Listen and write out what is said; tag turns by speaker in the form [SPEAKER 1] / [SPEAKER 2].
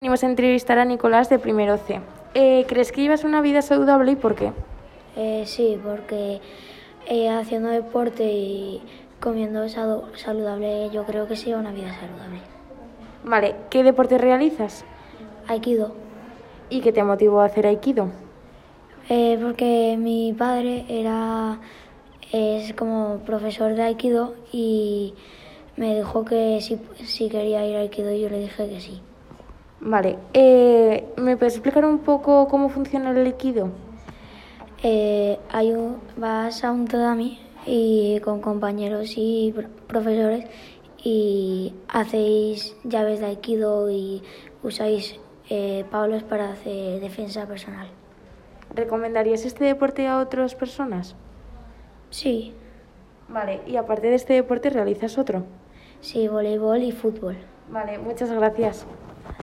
[SPEAKER 1] Venimos a entrevistar a Nicolás de primero C. Eh, ¿Crees que llevas una vida saludable y por qué?
[SPEAKER 2] Eh, sí, porque eh, haciendo deporte y comiendo salu- saludable yo creo que sea una vida saludable.
[SPEAKER 1] Vale, ¿qué deporte realizas?
[SPEAKER 2] Aikido,
[SPEAKER 1] ¿Y qué te motivó a hacer Aikido?
[SPEAKER 2] eh, porque mi padre era es como profesor de Aikido y me dijo que si, si quería ir a Aikido y yo le dije que sí.
[SPEAKER 1] Vale, eh, ¿me puedes explicar un poco cómo funciona el Aikido?
[SPEAKER 2] Eh, hay un- vas a un todami y con compañeros y pr- profesores y hacéis llaves de aikido y usáis eh, pablos para hacer defensa personal.
[SPEAKER 1] ¿Recomendarías este deporte a otras personas?
[SPEAKER 2] Sí,
[SPEAKER 1] Vale, y aparte de este deporte, ¿realizas otro?
[SPEAKER 2] sí, voleibol y fútbol.
[SPEAKER 1] Vale, muchas gracias.